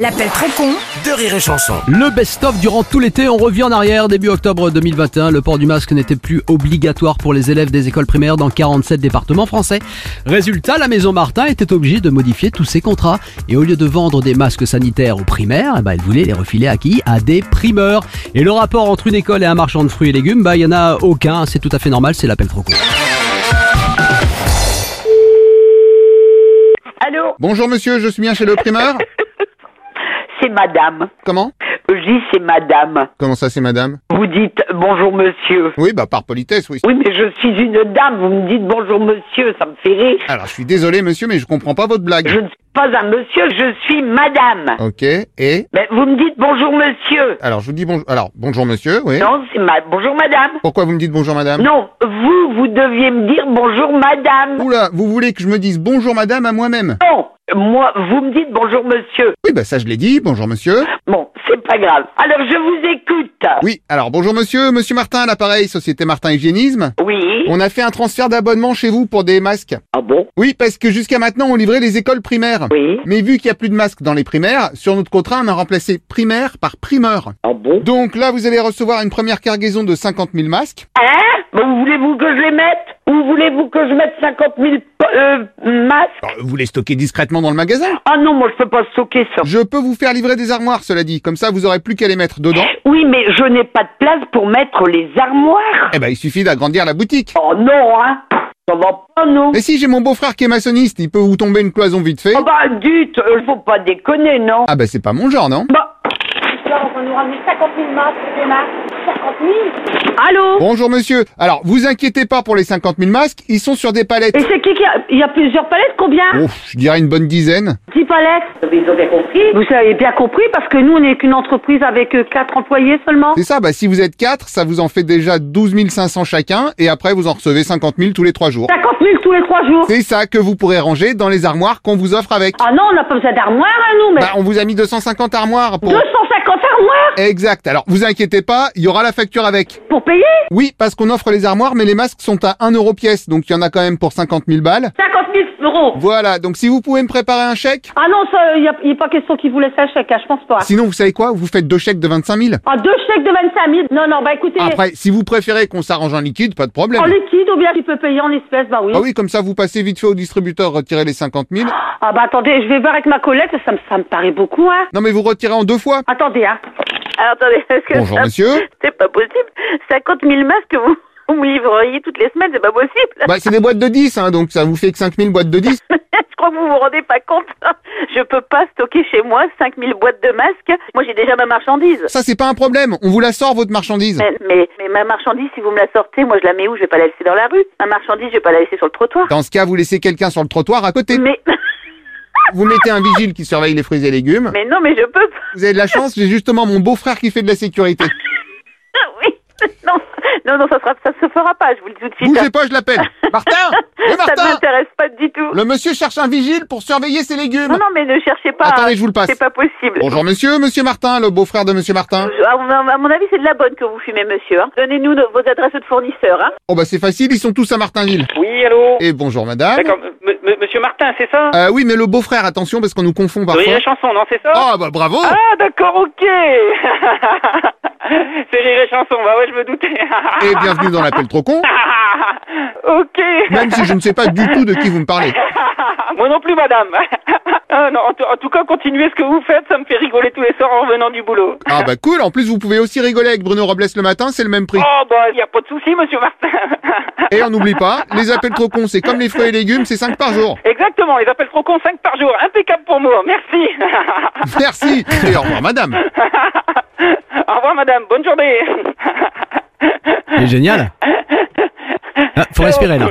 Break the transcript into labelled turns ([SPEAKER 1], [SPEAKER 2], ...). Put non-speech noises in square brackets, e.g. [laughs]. [SPEAKER 1] L'appel très con
[SPEAKER 2] De Rire et Chanson.
[SPEAKER 3] Le best-of durant tout l'été, on revient en arrière. Début octobre 2021, le port du masque n'était plus obligatoire pour les élèves des écoles primaires dans 47 départements français. Résultat, la Maison Martin était obligée de modifier tous ses contrats. Et au lieu de vendre des masques sanitaires aux primaires, eh ben, elle voulait les refiler à qui À des primeurs. Et le rapport entre une école et un marchand de fruits et légumes, bah, il n'y en a aucun. C'est tout à fait normal, c'est l'appel trop court.
[SPEAKER 4] Allô,
[SPEAKER 5] Bonjour monsieur, je suis bien chez le primeur
[SPEAKER 4] c'est madame.
[SPEAKER 5] Comment
[SPEAKER 4] Je dis c'est madame.
[SPEAKER 5] Comment ça c'est madame
[SPEAKER 4] Vous dites bonjour monsieur.
[SPEAKER 5] Oui, bah par politesse, oui.
[SPEAKER 4] Oui, mais je suis une dame, vous me dites bonjour monsieur, ça me fait rire.
[SPEAKER 5] Alors je suis désolé monsieur, mais je comprends pas votre blague.
[SPEAKER 4] Je ne suis pas un monsieur, je suis madame.
[SPEAKER 5] Ok, et
[SPEAKER 4] Mais vous me dites bonjour monsieur.
[SPEAKER 5] Alors je vous dis bonjour. Alors bonjour monsieur, oui.
[SPEAKER 4] Non, c'est ma... bonjour madame.
[SPEAKER 5] Pourquoi vous me dites bonjour madame
[SPEAKER 4] Non, vous, vous deviez me dire bonjour madame.
[SPEAKER 5] Oula, vous voulez que je me dise bonjour madame à moi-même
[SPEAKER 4] Non, moi, vous me dites bonjour monsieur.
[SPEAKER 5] Oui, bah ça je l'ai dit, bonjour monsieur.
[SPEAKER 4] Bon, c'est pas grave. Alors je vous écoute.
[SPEAKER 5] Oui, alors bonjour monsieur, monsieur Martin à l'appareil, Société Martin Hygiénisme.
[SPEAKER 4] Oui.
[SPEAKER 5] On a fait un transfert d'abonnement chez vous pour des masques.
[SPEAKER 4] Ah bon
[SPEAKER 5] Oui, parce que jusqu'à maintenant on livrait les écoles primaires.
[SPEAKER 4] Oui.
[SPEAKER 5] Mais vu qu'il y a plus de masques dans les primaires, sur notre contrat on a remplacé primaire par primeur.
[SPEAKER 4] Ah bon
[SPEAKER 5] Donc là, vous allez recevoir une première cargaison de 50 000 masques.
[SPEAKER 4] Hein Bon, voulez-vous que je les mette Ou voulez-vous que je mette 50 000 po- euh, masques
[SPEAKER 5] Alors, vous les stockez discrètement dans le magasin.
[SPEAKER 4] Ah non, moi je peux pas stocker ça.
[SPEAKER 5] Je peux vous faire livrer des armoires, cela dit. Comme ça, vous aurez plus qu'à les mettre dedans.
[SPEAKER 4] Oui, mais je n'ai pas de place pour mettre les armoires.
[SPEAKER 5] Eh ben, il suffit d'agrandir la boutique.
[SPEAKER 4] Oh non, hein Ça va pas, non
[SPEAKER 5] Mais si, j'ai mon beau-frère qui est maçonniste, il peut vous tomber une cloison vite fait.
[SPEAKER 4] Oh bah, dites, euh, faut pas déconner, non
[SPEAKER 5] Ah ben, c'est pas mon genre, non
[SPEAKER 4] Bah,
[SPEAKER 6] Alors, on va nous ramener 50 000 masques, des masques. 50 000
[SPEAKER 1] Allô
[SPEAKER 5] Bonjour monsieur. Alors, vous inquiétez pas pour les 50 000 masques, ils sont sur des palettes.
[SPEAKER 1] Et c'est qui qui a... Il y a plusieurs palettes, combien
[SPEAKER 5] Ouf, je dirais une bonne dizaine.
[SPEAKER 1] 10 palettes
[SPEAKER 6] Mais Ils ont bien compris.
[SPEAKER 1] Vous avez bien compris, parce que nous, on n'est qu'une entreprise avec euh, quatre employés seulement.
[SPEAKER 5] C'est ça, bah si vous êtes quatre, ça vous en fait déjà 12 500 chacun, et après vous en recevez 50 000 tous les trois jours.
[SPEAKER 1] 50 000 tous les 3 jours
[SPEAKER 5] C'est ça que vous pourrez ranger dans les armoires qu'on vous offre avec.
[SPEAKER 1] Ah non, on n'a pas besoin d'armoire, hein, nous, mais...
[SPEAKER 5] Bah, on vous a mis 250 armoires pour...
[SPEAKER 1] 250 armoires
[SPEAKER 5] Exact. Alors, vous inquiétez pas, il y aura la facture avec.
[SPEAKER 1] Pour payer
[SPEAKER 5] Oui, parce qu'on offre les armoires, mais les masques sont à 1 euro pièce, donc il y en a quand même pour 50 000 balles.
[SPEAKER 1] 50 000 euros
[SPEAKER 5] Voilà, donc si vous pouvez me préparer un chèque,
[SPEAKER 1] Ah non, ça, il n'y a, il y a pas question qu'ils vous laissent un chèque, hein, je pense pas.
[SPEAKER 5] sinon vous savez quoi, vous faites deux chèques de 25 000.
[SPEAKER 1] Ah, deux chèques de 25 000 Non, non, bah écoutez,
[SPEAKER 5] Après, si vous préférez qu'on s'arrange en liquide, pas de problème.
[SPEAKER 1] en liquide ou bien tu peux payer en espèces, bah oui.
[SPEAKER 5] Ah oui, comme ça vous passez vite fait au distributeur, retirez les 50 000.
[SPEAKER 1] Ah bah attendez, je vais voir avec ma collègue, ça me, ça me paraît beaucoup, hein.
[SPEAKER 5] Non mais vous retirez en deux fois.
[SPEAKER 1] Attendez, hein.
[SPEAKER 7] Alors Ah, attendez, est-ce que
[SPEAKER 5] Bonjour
[SPEAKER 7] ça-
[SPEAKER 5] monsieur.
[SPEAKER 7] c'est pas possible 50 000 masques vous, vous me livreriez toutes les semaines, c'est pas possible.
[SPEAKER 5] Bah c'est des boîtes de 10, hein, donc ça vous fait que 5 000 boîtes de 10.
[SPEAKER 7] Je crois que vous vous rendez pas compte. hein. Je peux pas stocker chez moi 5 000 boîtes de masques. Moi j'ai déjà ma marchandise.
[SPEAKER 5] Ça c'est pas un problème, on vous la sort votre marchandise.
[SPEAKER 7] Mais, mais, mais ma marchandise, si vous me la sortez, moi je la mets où Je vais pas la laisser dans la rue. Ma marchandise, je vais pas la laisser sur le trottoir.
[SPEAKER 5] Dans ce cas, vous laissez quelqu'un sur le trottoir à côté.
[SPEAKER 7] Mais,
[SPEAKER 5] Vous mettez un vigile qui surveille les fruits et légumes.
[SPEAKER 7] mais non, mais je peux pas. [laughs]
[SPEAKER 5] Vous avez de la chance, j'ai justement mon beau-frère qui fait de la sécurité.
[SPEAKER 7] Oui. Non, non, non, ça, sera, ça se fera pas, je vous le dis tout de suite.
[SPEAKER 5] Bougez pas, je l'appelle. Martin
[SPEAKER 7] [laughs]
[SPEAKER 5] Oui,
[SPEAKER 7] ça
[SPEAKER 5] Martin
[SPEAKER 7] m'intéresse pas du tout.
[SPEAKER 5] Le monsieur cherche un vigile pour surveiller ses légumes.
[SPEAKER 7] Non, non, mais ne cherchez pas.
[SPEAKER 5] Attendez, je vous le passe.
[SPEAKER 7] C'est pas possible.
[SPEAKER 5] Bonjour monsieur, monsieur Martin, le beau-frère de monsieur Martin.
[SPEAKER 7] Je- À mon à mon avis, c'est de la bonne que vous fumez, monsieur. hein. Donnez-nous nos- vos adresses de fournisseurs. Hein.
[SPEAKER 5] Oh bah c'est facile, ils sont tous à Martinville.
[SPEAKER 8] Oui, allô
[SPEAKER 5] Et bonjour madame.
[SPEAKER 8] D'accord, M- M- monsieur Martin, c'est ça
[SPEAKER 5] Euh, oui, mais le beau-frère, attention parce qu'on nous confond
[SPEAKER 8] Vous voyez
[SPEAKER 5] parfois.
[SPEAKER 8] la chanson, non, c'est ça
[SPEAKER 5] Ah bah bravo
[SPEAKER 8] Ah, d'accord,
[SPEAKER 7] [laughs]
[SPEAKER 8] ok C'est rire et chanson, bah ouais, je me doutais.
[SPEAKER 5] Et bienvenue dans l'appel trop con,
[SPEAKER 8] ok
[SPEAKER 5] même si je ne sais pas du tout de qui vous me parlez.
[SPEAKER 8] [laughs] Moi non plus, madame. Ah, non, en, tout- en tout cas, continuez ce que vous faites, ça me fait rigoler tous les soirs en revenant du boulot.
[SPEAKER 5] Ah bah cool, en plus vous pouvez aussi rigoler avec Bruno Robles le matin, c'est le même prix.
[SPEAKER 8] Oh, bah, y a pas de souci, monsieur Martin.
[SPEAKER 5] Et on n'oublie pas, les appels trop cons, c'est comme les fruits et légumes, c'est 5 par jour.
[SPEAKER 8] [laughs] Exactement, ils appellent trop con 5 par jour. Impeccable pour moi, merci. [laughs]
[SPEAKER 5] Merci et au revoir madame.
[SPEAKER 8] Au revoir, madame, bonne journée. [laughs]
[SPEAKER 3] C'est génial. Ah, faut respirer là.